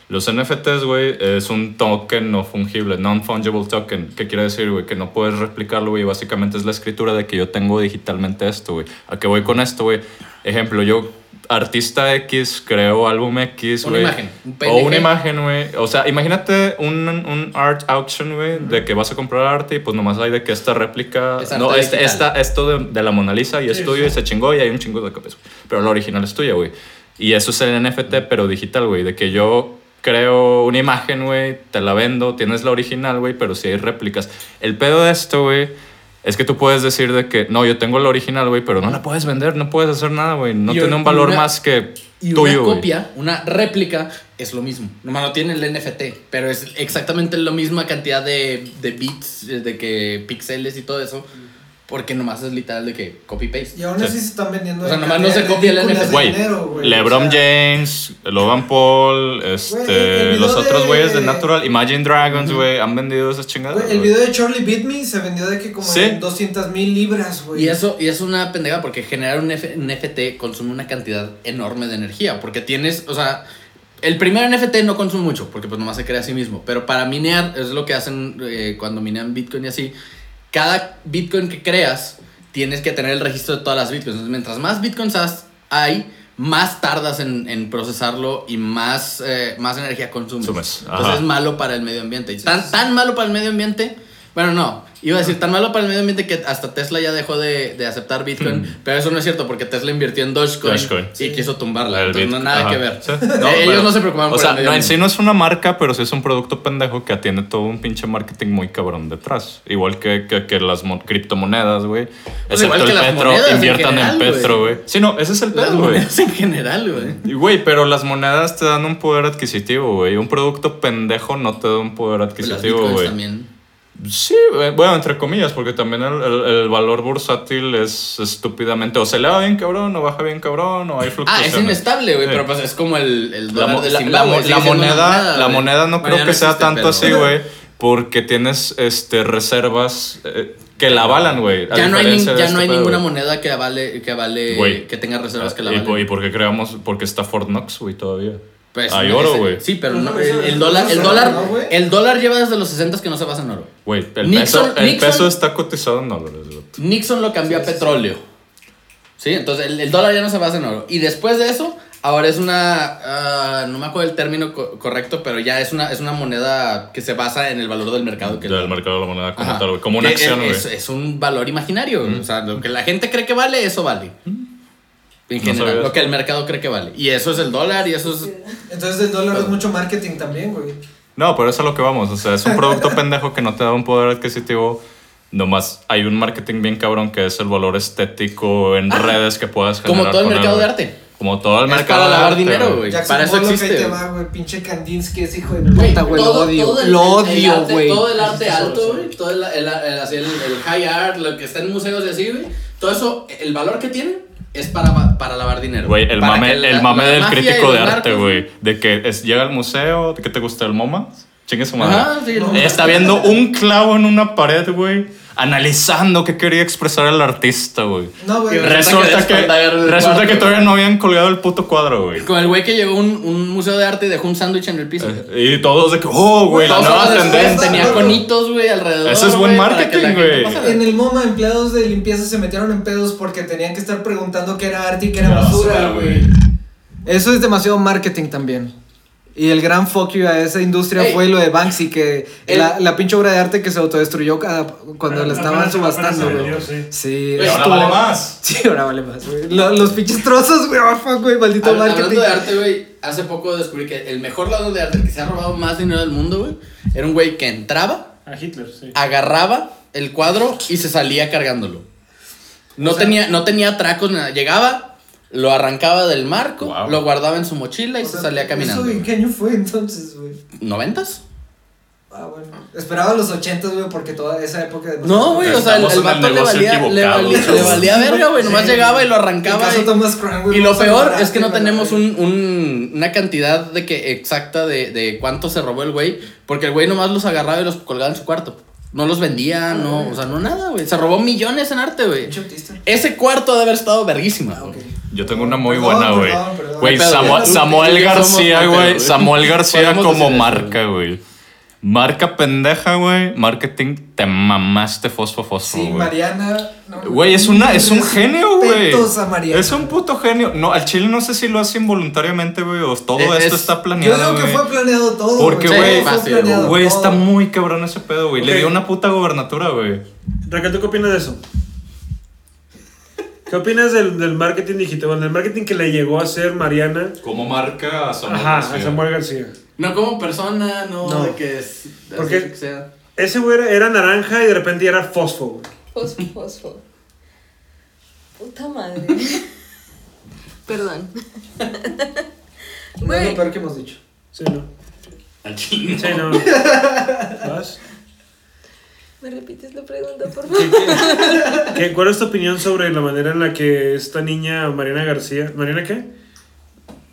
Los NFTs, güey, es un token no fungible, non-fungible token. ¿Qué quiere decir, güey? Que no puedes replicarlo, güey. Básicamente es la escritura de que yo tengo digitalmente esto, güey. ¿A qué voy con esto, güey? Ejemplo, yo, artista X, creo álbum X,
Una
güey.
imagen,
O
un
una
PNG.
imagen imagen, güey. O sea, imagínate un, un art auction, güey, de que vas a comprar arte y pues nomás hay de que esta réplica.
Es arte
no, este-
digital.
esta, esto de, de la Mona Lisa y es tuyo y se chingó y hay un chingo de copias. Pero la original es tuya, güey. Y eso es el NFT, pero digital, güey. De que yo creo una imagen, güey, te la vendo, tienes la original, güey, pero si hay réplicas. El pedo de esto, güey. Es que tú puedes decir de que no, yo tengo la original, güey, pero no la puedes vender, no puedes hacer nada, güey. No
Y
tiene
una-
un valor más que
Y
tuyo,
una
güey.
copia, una réplica, es lo mismo. Nomás no tiene el NFT, pero es exactamente la misma cantidad de, de bits, eh, de que píxeles y todo eso. Porque nomás es literal de que copy-paste.
Y aún
Sí.
así se están vendiendo.
O sea, nomás no se copia el
ridículas
NFT.
de
Güey,
dinero, güey.
LeBron
O sea,
James, Logan Paul,
Güey, el
este,
video
los otros
de-
güeyes de Natural, Imagine Dragons, güey, han vendido esas chingadas.
Güey, el video de Charlie Beat Me se vendió de que como
Sí.
en 200 mil libras, güey.
Y eso, y es una pendejada porque generar un F- NFT consume una cantidad enorme de energía. Porque tienes, o sea, el primer NFT no consume mucho porque pues nomás se crea a sí mismo. Pero para minear es lo que hacen eh, cuando minean Bitcoin y así. Cada Bitcoin que creas tienes que tener el registro de todas las Bitcoins. Entonces, mientras más Bitcoins has- hay, más tardas en, en procesarlo y más, eh, más energía consumes.
Consumes, ajá.
Entonces es malo para el medio ambiente. Y tan, tan malo para el medio ambiente. Bueno, no. Iba a decir tan malo para el medio ambiente que hasta Tesla ya dejó de, de aceptar Bitcoin. Pero eso no es cierto porque Tesla invirtió en Dogecoin,
Hmm. Dogecoin.
y quiso tumbarla.
El
Entonces,
Bit-
no, nada
ajá.
que ver.
Sí.
Eh,
No,
Ellos
pero-
no se preocupaban
O
por
sea,
el medio
no, en
ambiente.
sí no es una marca, pero sí es un producto pendejo que tiene todo un pinche marketing muy cabrón detrás. Igual que, que, que las mon- criptomonedas, güey.
Pues
Excepto
igual que
el
las
Petro,
monedas en
inviertan en,
general, güey.
Petro, güey. Sí, no, ese es el
Las
pedo, güey.
monedas en general, güey.
Y, Güey, pero las monedas te dan un poder adquisitivo, güey. Un producto pendejo no te da un poder
Pues las
adquisitivo,
bitcoins
güey.
también.
Sí, eh, bueno, entre comillas, porque también el, el- el valor bursátil es estúpidamente. O se eleva bien cabrón, o baja bien cabrón, o hay
Ah,
fluctuaciones.
es inestable, güey,
Sí.
pero pues es como el, el
La,
dólar
mo-
de
la- la
Zimbabue,
mo-
sigue
la
siendo una
moneda, la
güey.
moneda no
Bueno,
creo
ya
que sea
existe,
tanto
pero-
así, güey, porque tienes este reservas eh, que la avalan, güey. a
Ya no hay, nin-
diferencia de
ya
este
no hay
pedo,
ninguna
güey.
moneda que avale, que avale,
Güey.
que tenga reservas que la
Ah, y, po- y
avalen.
porque creamos, porque está Fort Knox, güey, todavía.
Pues,
hay
no,
oro,
ese-
güey.
Sí, pero
Pues
no,
no,
el,
eso-
el
eso
dólar, el
es
dólar,
oro, ¿no, güey?
el dólar lleva desde los 60 que no se basa en oro.
Güey, el,
Nixon-
peso, el
Nixon-
peso está cotizado en dólares, güey.
Nixon lo cambió a petróleo. Sí, entonces el, el dólar ya no se basa en oro. Y después de eso, ahora es una, ah, no me acuerdo el término co- correcto, pero ya es una, es una moneda que se basa en el valor del mercado. Que
Del mercado de la moneda como
Ajá. Eh,
tal, güey. Como una
Que
acción, güey. Mm.
es, es, es un valor imaginario. O sea, lo que la gente cree que vale, eso vale. En
No
general,
sabía
lo
eso.
que el mercado cree que vale. Y eso es el dólar y eso es...
Entonces el dólar es mucho marketing también, güey.
No, pero eso es a lo que vamos. O sea, es un producto pendejo que no te da un poder adquisitivo. Nomás hay un marketing bien cabrón que es el valor estético en
Ah,
redes que puedas
como
generar.
todo el
con él,
mercado de
güey.
arte.
Como todo el
Es
mercado
para
de
lavar
arte,
dinero, güey.
Jackson
para eso
Pollock, ahí
existe,
te
güey.
va, güey. Pinche Kandinsky es hijo de puta, güey. Lo
todo-
odio.
todo el-
Lo
el- el
odio,
arte-
güey.
Todo el arte alto, güey. Todo el, el- el- así el- el high art, lo que está en museos y así, güey. Todo eso, el valor que tiene es para, para lavar dinero.
Güey, el
Para
mame,
que la-
el mame
la
del
magia y
crítico
los
de arte,
narcos-
güey. De que es- llega al museo, de que te gusta el MoMA. Chingue su madre.
Ajá, sí, el-
Está viendo un clavo en una pared, güey. Analizando qué quería expresar el artista, güey.
No, güey.
Re-
Resulta que,
Resulta que les falta el
resulta
cuarto,
que todavía
güey.
no habían colgado el puto cuadro, güey.
Con el güey que llegó a un, un museo de arte y dejó un sándwich en el piso.
Y todos de que, oh, Eh, güey, la
Dos
nueva
horas después
tendencia.
Tenía conitos, güey, alrededor.
Eso es buen
güey, para que la
marketing,
gente
güey.
pasara.
En el MoMA, empleados de limpieza se metieron en pedos porque tenían que estar preguntando qué era arte y qué era basura, güey. Eso es demasiado marketing también. Y el gran fuck you a esa industria
Ey.
fue lo de Banksy, que
El-
la, la pinche obra de arte que se autodestruyó cada- cuando la estaban
Apenas-
subastando,
apenas se
güey.
vendió, sí.
Sí,
Güey, ahora
estuvo-
vale más.
Sí, ahora vale más, güey. Lo- Los, pinches trozos, güey, oh, fuck, güey, maldito
Habla-
marketing.
Hablando de arte, güey, hace poco descubrí que el mejor ladrón de arte el que se ha robado más dinero del mundo, güey, era un güey que entraba,
A Hitler, sí.
agarraba el cuadro y se salía cargándolo. No, tenía, no tenía atracos, nada. llegaba, lo arrancaba del marco,
Wow.
lo guardaba en su mochila y
O
se
sea,
salía caminando.
¿Eso en
güey.
qué año fue entonces, güey?
¿Noventas?
Ah, bueno. Esperaba los 80, güey, porque toda esa época de...
No, güey, o sea, el,
Estamos
el
en el
vato le
negocio
valía, le
equivocado,
valía,
chavos.
le valía verga, güey, nomás
Sí.
llegaba y lo arrancaba.
Picasso,
y-
Thomas Crown, güey,
Y lo
vamos a
peor
lograr
es que no
arte,
tenemos
güey.
un, un- una cantidad de que exacta de, de cuánto se robó el güey, porque el güey nomás los agarraba y los colgaba en su cuarto. No los vendía,
Ah.
no, o sea, no nada, güey. Se robó millones en arte, güey.
Pinche autista.
Ese cuarto ha de haber estado verguísima.
Ah, ok.
güey.
Yo tengo una muy
Perdón,
buena, güey.
perdón, perdón.
Güey,
No hay pedo,
Samu-
ya.
Samuel
Somos
García,
mal pedo,
güey.
güey.
Samuel García
Podemos
como
decir eso,
marca, güey. Marca pendeja, güey. Marketing, te mamaste fosfo, fosfo,
Sí,
güey.
Mariana. no,
Güey, es, una, es un genio, güey.
Respetos a Mariana.
Es un puto genio. No, al chile no sé si lo hace involuntariamente, güey, o todo
Es-
esto
es-
está
Yo digo
planeado.
que
güey.
fue planeado todo.
Porque, güey,
Todo fue
fácil,
planeado,
Güey,
todo.
está muy cabrón ese pedo, güey.
Ok.
Le dio una puta gobernatura, güey.
Raquel, ¿tú qué opinas de eso? ¿Qué opinas del, del marketing digital? Bueno, del marketing que le llegó a hacer Mariana.
Como marca a Samuel
Ajá, a
García.
Samuel García.
No como persona, no,
No.
de que es.
¿Por qué?
así que sea.
Ese güey era, era naranja y de repente ya era fósforo. güey.
Fosfo, fosfo. Puta madre. Perdón.
No es
Güey.
lo peor que hemos dicho.
Sí, ¿no?
Al chingo.
Sí, no. ¿Vas?
¿Me repites la pregunta, por
¿Qué-
favor?
qué- qué- ¿Cuál es tu opinión sobre la manera en la que esta niña, Mariana García. ¿Mariana qué?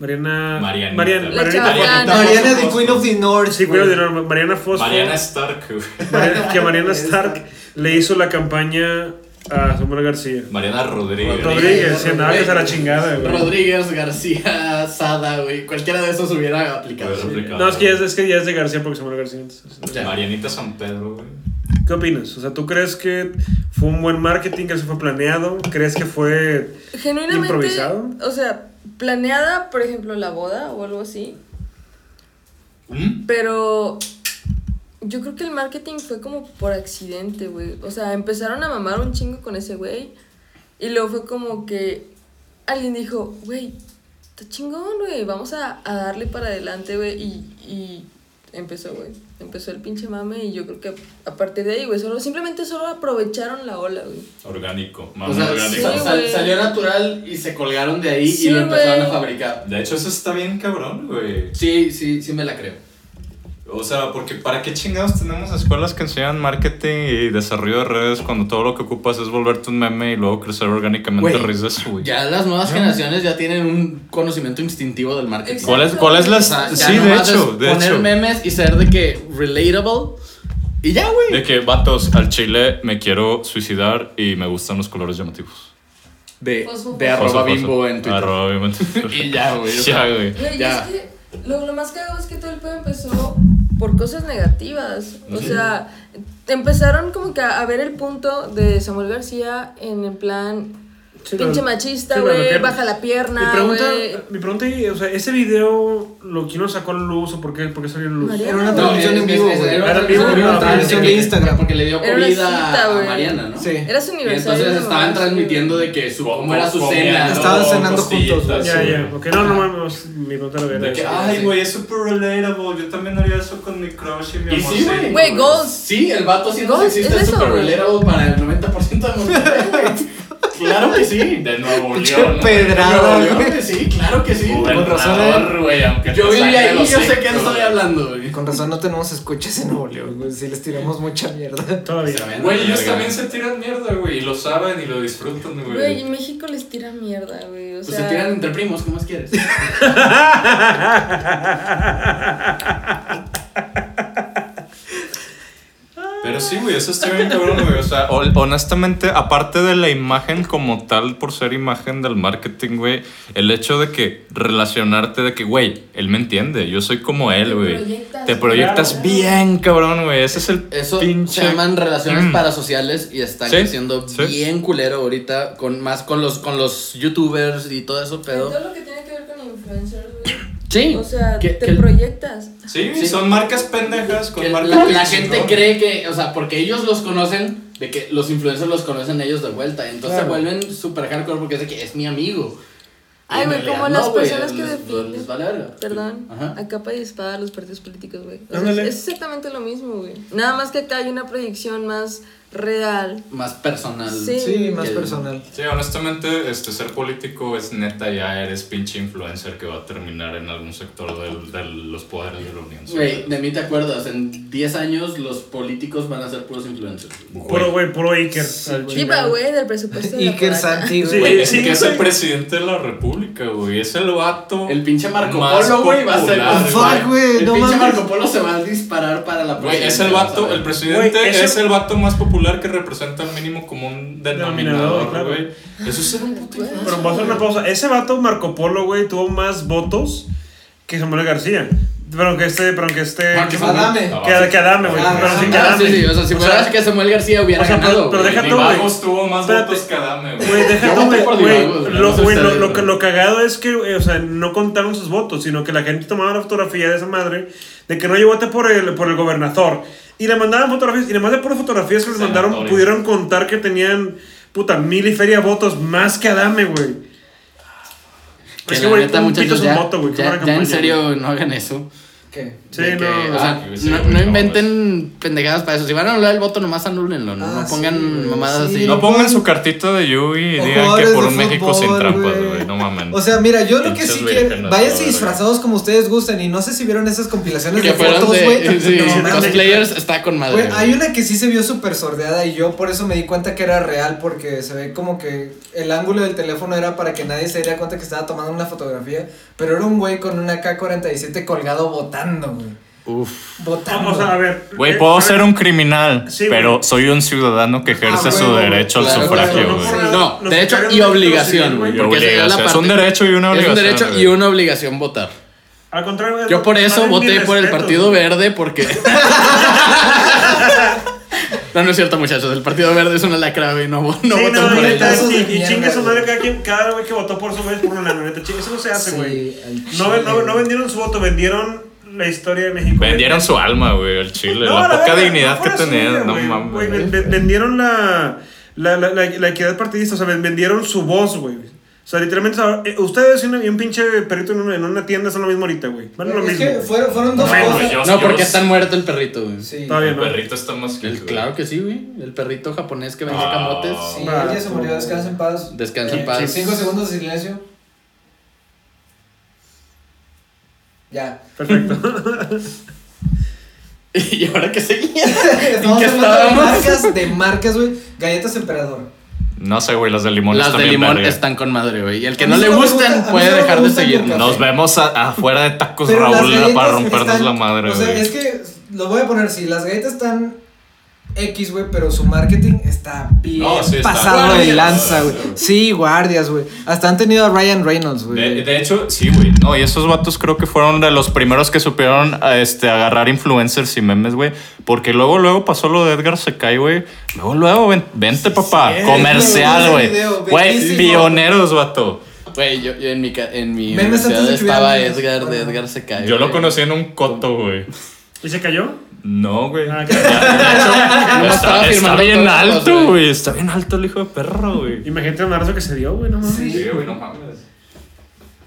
Mariana.
Marianita.
Mariana.
La
Marianita
chava
Fosfo.
blanca.
Mariana, the Queen of the North.
Sí,
güey.
cuidado de Norma- Mariana Fosfo.
Mariana Stark, güey.
Mariana- que Mariana Stark le hizo la campaña a Samuel García.
Mariana Rodríguez.
Rodríguez, sí, nada, que se la chingada, güey.
Rodríguez, García, Sada, güey. Cualquiera de esos hubiera aplicado.
Hubiera aplicado.
No, es que, ya es, es que ya es de García porque Samuel García. entonces.
Marianita San Pedro, güey.
¿Qué opinas? O sea, ¿tú crees que fue un buen marketing, que eso fue planeado? ¿Crees que fue
Genuinamente.
¿Improvisado?
O sea, planeada, por ejemplo, la boda o algo así. Pero yo creo que el marketing fue como por accidente, güey. O sea, empezaron a mamar un chingo con ese güey. Y luego fue como que alguien dijo, güey, está chingón, güey. Vamos a, a darle para adelante, güey. Y, y empezó, güey. Empezó el pinche mame. Y yo creo que a, a partir de ahí, güey, solo, simplemente solo aprovecharon la ola, güey.
Orgánico, más
O sea,
orgánico.
sal-
Sí,
sal-
güey.
salió natural y se colgaron de ahí
Sí,
y lo empezaron
güey.
a fabricar.
De hecho, eso está bien cabrón, güey.
Sí, sí, sí me la creo.
O sea, porque ¿para qué chingados tenemos escuelas que enseñan marketing y desarrollo de redes cuando todo lo que ocupas es volverte un meme y luego crecer orgánicamente
Güey,
raíz de eso, güey?
Ya las nuevas generaciones ya tienen un conocimiento instintivo del marketing.
¿Cuál es, cuál es la...?
O
O sea, ya
sí, de
nomás es
hecho, de
poner
hecho.
memes y ser de que relatable y ya, güey.
De que, vatos, al chile me quiero suicidar y me gustan los colores llamativos.
De,
Fosfo,
de
fosfo.
Foso,
arroba
foso.
bimbo en Twitter.
Arroba bimbo en Twitter.
Y ya, güey,
Ya,
o sea.
güey.
Güey, y
Ya.
es que lo, lo más cagado es que todo el pedo empezó por cosas negativas.
¿Ah,
O sea, empezaron como que a, a ver el punto de Samuel García en el plan
Sí,
pinche
lo-
machista,
sí, lo pues". de la
güey,
pierna.
baja la
Mi
pierna,
pregunta,
güey.
mi pregunta, y, o sea, ese video, lo, ¿quién lo sacó a la luz o por qué, por qué salió a la luz?
Mariana.
Era una
No,
transmisión
es-
en
es-
vivo,
es-
güey.
era en vivo,
Era
vivo,
una
ah,
transmisión
ok,
de
ok.
Instagram.
Porque le dio
Era una cita,
comida a
güey.
Mariana, ¿no?
Sí.
Era su
Y
aniversario.
entonces estaban
¿no?
transmitiendo de que su cómo era su
Comían,
cena.
¿no?
Estaban
¿no?
cenando
Costillitas,
juntos, güey.
Ya,
sí.
ya, ok, no, no mames, mi pregunta era
De que,
esa.
ay, güey, es súper relatable. Yo también haría eso con mi crush y mi
Y
amor.
sí, güey.
Güey, goals.
Sí, el vato siendo
Ghost,
sexista
es
es
eso,
súper
güey.
relatable para el 90% de Monterrey, güey. Claro que sí.
De Nuevo
Pinche
León.
pedrada,
Claro
güey.
que sí, claro que sí.
Con razón, güey. aunque
Yo
te
viví
saque
ahí,
el
yo sé que
hocico,
estoy
güey.
hablando, güey.
Con razón no tenemos escuchas en Nuevo León, güey. Si les tiramos mucha mierda.
Todavía.
Güey, ellos también se tiran mierda, güey. Y lo saben y lo disfrutan,
Güey,
güey.
México les tira mierda, güey. O
Pues
sea,
se tiran entre primos, ¿cómo más quieres?
Pero sí, güey, eso está bien cabrón, güey. O sea, hol- honestamente, aparte de la imagen como tal, por ser imagen del marketing, güey, el hecho de que relacionarte, de que, güey, él me entiende, yo soy como él,
Te
güey.
proyectas.
Te proyectas
Claro.
bien, cabrón, güey. Ese es el
Eso
pinche.
se llaman relaciones
Mm.
parasociales y están
Sí,
creciendo
sí.
bien culero ahorita con más con los con los youtubers y todo eso, pero
todo lo que tiene que ver con influencers, güey.
sí.
O sea,
que-
te
que-
proyectas.
Sí,
Sí.
son marcas pendejas
que
con
la,
marcas.
la
chingón.
gente cree que, o sea, porque ellos los conocen, de que los influencers los conocen ellos de vuelta, entonces se
Claro.
vuelven super hardcore porque es de que es mi amigo. Y
Ay,
en
güey,
realidad
como las
no, güey,
personas que
les-
defienden.
les vale verga.
Perdón,
Ajá.
a capa y espada los partidos políticos, güey. O sea,
Ándale.
es exactamente lo mismo, güey. Nada más que acá hay una proyección más real.
Más personal.
Sí.
Sí, más
El-
personal.
Sí, honestamente, este, ser político es neta, ya eres pinche influencer que va a terminar en algún sector del- de los poderes de la Unión.
Güey, de
Soviética.
mí te acuerdas, en 10 años los políticos van a ser puros influencers.
Puro, güey, puro Iker. al
Iba,
chingado.
güey, del presupuesto de la
Iker
cloaca.
Santi,
Sí,
güey.
Güey, es
sí,
que es el
güey.
presidente de la república, güey. Es el vato.
El pinche Marco
Más
Polo, güey, va a ser.
popular,
Fuck, güey,
El
no
pinche
mames.
Marco Polo se va a disparar para la
Güey, es
presidencia,
el
vas a
vato,
ver.
el presidente
Güey, ese-
es el vato más popular que representa el mínimo común denominador,
Denominador, claro.
güey. Eso es ser un puto influencer.
Pero voy a hacer una pausa. Ese vato, Marco Polo, güey, tuvo más votos que Samuel García. Pero que este, pero que este.
Marcos
que-
Adame.
Que, que Adame, güey.
Ah,
Pero sí, que
Ah,
Adame.
sí, sí, o sea, si
O
fuera
sea,
que Samuel García hubiera
o sea, pero-
ganado.
pero
güey.
deja
Ni
todo, güey.
Vagos tuvo más
Espérate.
votos que Adame, güey.
Güey, deja
Yo
tú,
voté
güey,
por
güey.
Divago, güey,
Lo,
no sé
güey, lo-
ustedes,
lo
güey.
que- lo cagado es que, güey, o sea, no contaron sus votos, sino que la gente tomaba la fotografía de esa madre de que no yo voté por el, por el gobernador. Y le mandaban fotografías, y además de por fotografías que les
Senadores.
mandaron, pudieron contar que tenían, puta, mil y feria votos más que Adame, güey.
Que
Es que,
la
güey,
neta,
un pito
muchachos,
es un
ya,
voto, güey, que
ya-
para
ya
campaña,
en serio no hagan eso.
¿Qué?
Sí,
De que,
no.
o sea,
Ah, sí,
no,
güey,
no
no,
inventen pendejadas para eso. Si van a anular el voto, nomás anúlenlo. No,
Ah,
No pongan
sí, güey,
mamadas
sí.
así.
No pongan su cartita de Yubi y
O
digan que
jugadores
por
de
un México
fútbol,
sin trampas,
güey.
güey. No mamen.
O sea, mira, yo lo que
Pinches
sí
vírgenes,
quiero.
la
Váyanse
verga.
disfrazados como ustedes gusten. Y no sé si vieron esas compilaciones
que
de
fueran
fotos,
de.
güey.
Sí,
No, mames.
cosplayers está con madre.
Güey,
güey.
hay una que sí se vio súper sordeada y yo por eso me di cuenta que era real porque se ve como que el ángulo del teléfono era para que nadie se diera cuenta que estaba tomando una fotografía, pero era un güey con una K-47 colgado botando, güey.
Uf.
Botando.
Vamos a ver.
Güey,
eh,
puedo
a ver,
ser un criminal,
Sí, güey.
pero soy un ciudadano que ejerce
Ah,
su
güey,
derecho al
claro,
sufragio,
claro,
güey.
claro.
No,
Los
derecho
que
y
cagan
obligación,
en
güey.
el
Y
Porque se da la
obligación.
parte.
Es un derecho y una
Es
obligación.
un derecho
güey.
y una obligación votar.
Al contrario, güey,
Yo por
no
eso
den mi
voté por el
respeto,
Partido
güey.
Verde porque. No, no es cierto, muchachos. El Partido Verde es una lacra, güey. No, vo- no
sí,
voten
no,
por
neta,
ellos.
ellos.
sí,
Esos de
y chingue su
mierda,
madre cada quien, cada güey que votó por su güey es por una neta. chingue, Eso no se hace,
Sí,
güey.
al
no, ven- no,
chile.
no vendieron su voto, vendieron la historia de México.
Vendieron su alma, güey, al chile.
No,
la, poca
verga,
dignidad
no
que
fuera su vida,
tenían. No
güey.
mames.
Güey, ven- ven- vendieron la, la, la, la- la equidad partidista, o sea, ven- vendieron su voz, güey. O sea, literalmente, ahora, eh, ustedes y un, y un pinche perrito en una, en una tienda son lo mismo ahorita, güey. Van lo
Es
mismo.
que fueron, fueron dos
Bueno,
cosas.
yo-
No, porque
Dios.
está muerto el perrito, güey.
Sí.
Está bien,
El
¿no?
perrito está más que.
El- claro que sí, güey. El perrito japonés que vendía
Ah.
camotes.
Sí,
Ah,
ella se murió,
no.
descansa en paz.
Descansa en
Eh,
paz.
Cinco segundos de silencio. Ya.
Perfecto.
¿Y ahora qué seguía?
Estamos
qué
hablando de
estábamos?
marcas, de marcas, güey. Galletas Emperador.
No sé, güey, las de limón
Las
están
de
bien
limón
verga.
están con madre, güey. Y el que
A
no
mí
le
solo me
gusten
gusta- a mí
puede
solo me
dejar de
gusta con
seguirnos.
café.
Nos vemos a- afuera de Tacos
Pero las
Raúl para
galletas
rompernos
están-
la madre,
O sea,
güey.
es que lo voy a poner así: las galletas están X, güey, pero su marketing está bien
No, sí, está.
pasado de
Guardias.
lanza, güey. Sí, guardias, güey. Hasta han tenido a Ryan Reynolds,
De,
güey.
de hecho, sí, güey. No, y esos vatos creo que fueron de los primeros que supieron a, este, agarrar influencers y memes, güey. Porque luego, luego pasó lo de Edgar Secai, güey. Luego, luego, ven- vente, papá.
cierto,
Comercial,
güey,
güey.
ese video,
Güey,
bellísimo.
pioneros, vato.
Güey, yo, yo en mi, ca- en mi
Memes antes de
universidad
que hubiera
estaba
memes.
Edgar, de
Bueno.
Edgar se cae.
Yo lo
güey.
conocí en un coto, güey.
¿Y se cayó?
No, güey.
Ah,
Ya,
claro.
ya,
Nomás
ya,
estaba
Está está
firmando
bien
autógrafos,
alto,
güey.
güey. Está bien alto el hijo de perro, güey.
Imagínate el marzo que se dio, güey, no mames.
Sí, güey, no mames.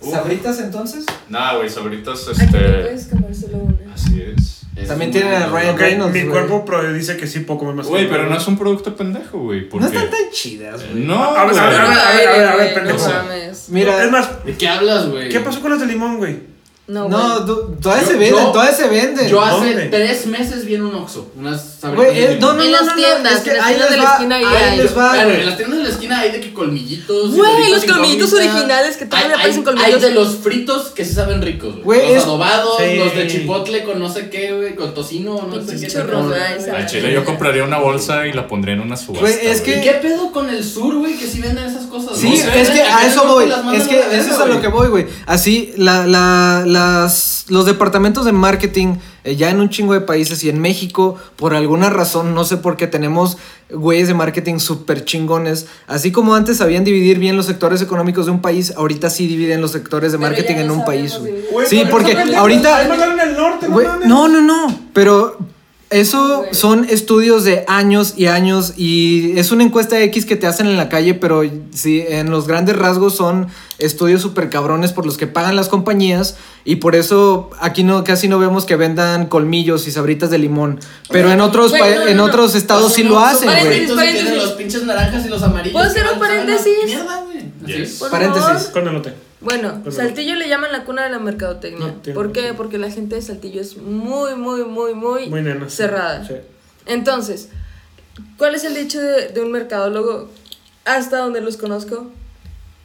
Uh.
¿Sabritas entonces?
Nada, güey, sabritas,
pues,
Aquí no
este.
pues.
puedes comer solo una.
Así es.
Es
También
un-
tienen a Ryan
Ok,
Reynolds.
mi
güey.
cuerpo pro- dice que sí puedo comer más.
Güey, pero no es un producto pendejo, güey.
No están
porque-
tan chidas, güey.
No,
A ver,
güey.
a ver, a ver.
güey,
pendejo.
No mames.
Mira,
Es más,
¿De qué hablas, güey?
¿qué pasó con las de limón, güey?
No,
no,
güey.
du- todavía
Yo-
se venden,
yo-
todavía se venden.
Yo hace
¿Dónde?
tres meses vi en un Oxxo unas sabritas.
Güey,
de
eh, no,
limón.
no,
En
no,
las
no,
tiendas,
es que
en las
ahí
tiendas
les
de la
va,
esquina ahí
ahí
hay.
les va.
Claro,
güey.
en las tiendas de la esquina hay de que colmillitos.
Güey,
gorditas
los colmillitos
incógnitas.
originales que todavía
Hay- hay-
parecen colmillos.
Hay de los fritos que se saben ricos, güey.
Güey,
los
es-
adobados,
Sí.
los de chipotle con no sé qué, güey, con tocino, no sé
Pinches
qué.
churros,
No,
ay,
güey.
sabe.
Al chile yo compraría una bolsa y la pondría en una subasta.
Güey, es
güey.
que-
¿Y qué pedo con el sur, güey, que si venden esas cosas?
Sí,
No sé,
es que
güey,
a eso
no
voy.
las mandan
Es que
a la
eso es
verga,
a lo
güey.
que voy, güey. Así, la, la- las, los departamentos de marketing, eh, ya en un chingo de países y en México, por alguna razón, no sé por qué, tenemos güeyes de marketing súper chingones. Así como antes sabían dividir bien los sectores económicos de un país, ahorita sí dividen los sectores de
Pero
marketing
ya
en
no
un
sabemos
país, güey.
dividir.
Güey,
Sí,
pero
porque
eso pendejo,
ahorita-
ahí mandaron el norte,
Güey,
mames.
no, no, no. Pero eso
Ah, Güey.
son estudios de años y años y es una encuesta X que te hacen en la calle, pero sí, en los grandes rasgos son estudios súper cabrones por los que pagan las compañías y por eso aquí no casi no vemos que vendan colmillos y sabritas de limón. Pero en otros,
Güey,
pa-
no, no,
en
no.
otros estados
Pues
sí
no,
lo
son
hacen, güey.
Paréntesis,
paréntesis.
güey. Tienen los pinches naranjas y los amarillos.
¿Puedo hacer
que
un
van- saben a
paréntesis?
Mierda, güey. Así.
Yes.
Por
Paréntesis.
favor.
Con el lote.
Bueno, Saltillo le llaman la cuna de la mercadotecnia.
No, tiene
¿Por qué?
razón.
Porque la gente de Saltillo es muy, muy, muy, muy,
Muy nena.
cerrada.
Sí.
Entonces, ¿cuál es el dicho de, de un mercadólogo? Hasta donde los conozco,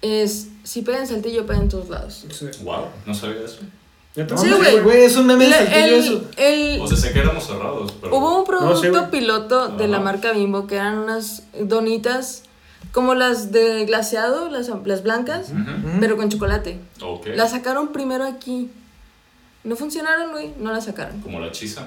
es si pega en Saltillo, pega en todos lados.
Sí.
Wow, no sabía eso.
¿Neta?
Sí,
No,
güey.
Güey, es un meme de
La-
Saltillo
el-
eso.
el-
O sea, sé que éramos cerrados, pero.
Hubo un producto
No, sí, güey.
piloto de la
Ajá.
marca Bimbo que eran unas donitas como las de glaseado, las, las blancas,
Ujú.
pero con chocolate.
Ok.
Las sacaron primero aquí. No funcionaron, güey, no las sacaron.
Como la chisa.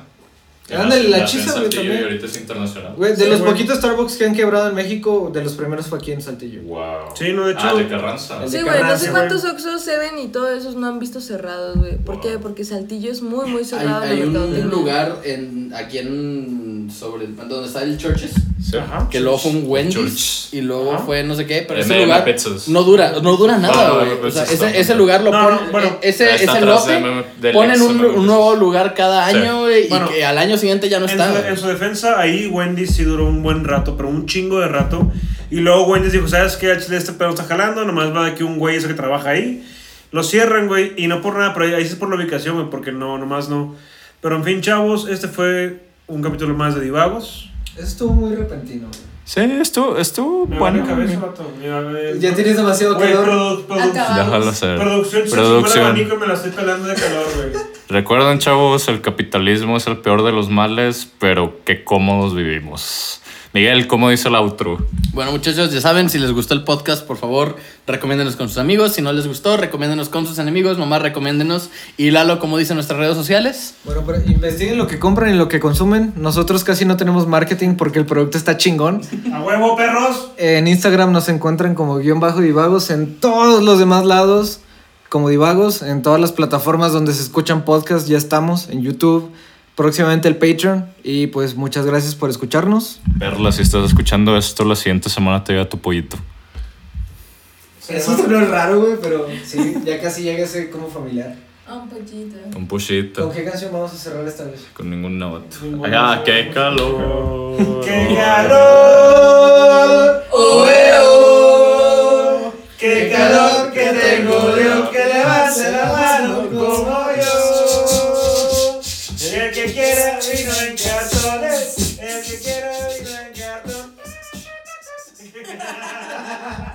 Ah, Ándale, la
hacen
chisa,
en
güey,
Saltillo Y
también.
ahorita es internacional.
Güey, de
Sí,
los
güey.
poquitos Starbucks que han quebrado en México, de los primeros fue aquí en Saltillo.
Wow.
Sí, no, de hecho-
Ah, de Carranza.
El de
Sí, güey, no
Carranza,
sé
güey.
cuántos Oxxos, Seven y todos esos no han visto cerrados, güey. ¿Por
Wow.
qué? Porque Saltillo es muy, muy
Hay,
cerrado. en
hay
el
un,
mercadotecnia.
lugar en, aquí en. sobre el- donde está el Churches.
Sí.
Ajá.
Que luego fue un Wendy's
Churches.
y luego
Ajá.
fue no sé qué, pero ese
M&M
lugar
Pizzas.
no dura, no dura nada,
Ah, No, no,
güey.
no,
o sea,
Pizzas
ese,
está-
ese lugar lo
No, no,
ponen, e,
bueno,
ese,
está
ese
atrás
lote
de M&M del
ponen
ex
un,
M&M
un nuevo lugar cada
Sí.
año, güey,
Bueno,
y que al año siguiente ya no
en,
está.
su,
güey.
en su defensa, ahí Wendy sí duró un buen rato, pero un chingo de rato. Y luego Wendy dijo, ¿sabes qué? Al Chile este pedo está jalando, nomás va aquí un güey ese que trabaja ahí. Lo cierran, güey, y no por nada, pero ahí- ahí sí es por la ubicación, güey, porque no, nomás no. Pero en fin, chavos, este fue un capítulo más de Divagos.
Eso estuvo muy repentino, güey.
Sí, estuvo, estuvo
Me
bueno.
vale cabeza,
güey.
vato. Mira, eh,
Ya tienes demasiado
güey,
calor.
produ- produ-
Acaba.
Déjalo ser.
Producción, se chingó el abanico y me la estoy pelando de calor, güey.
Recuerden, chavos, el capitalismo es el peor de los males, pero qué cómodos vivimos. Miguel, ¿cómo dice el outro?
Bueno, muchachos, ya saben, si les gustó el podcast, por favor, recomiéndenos con sus amigos. Si no les gustó, recomiéndenos con sus enemigos. Nomás recomiéndenos. Y Lalo, como dicen nuestras redes sociales?
Bueno, pero investiguen lo que compran y lo que consumen. Nosotros casi no tenemos marketing porque el producto está chingón.
¡A huevo, perros!
En Instagram nos encuentran como guión bajo divagos en todos los demás lados, como divagos, en todas las plataformas donde se escuchan podcasts, ya estamos, en YouTube, próximamente el Patreon. Y pues muchas gracias por escucharnos.
Perla, si estás escuchando esto, la siguiente semana te llega tu pollito.
Eso sonó raro, güey, pero sí, ya casi llega ese como familiar.
Ah, un poquito.
Un pollito.
qué canción vamos a cerrar esta vez?
Con ningún novato. Ah, qué calor.
¡Qué calor! ¡Qué calor que tengo yo que levante la mano como yo! El que quiera vino en cartones, el que quiera vino en cartón.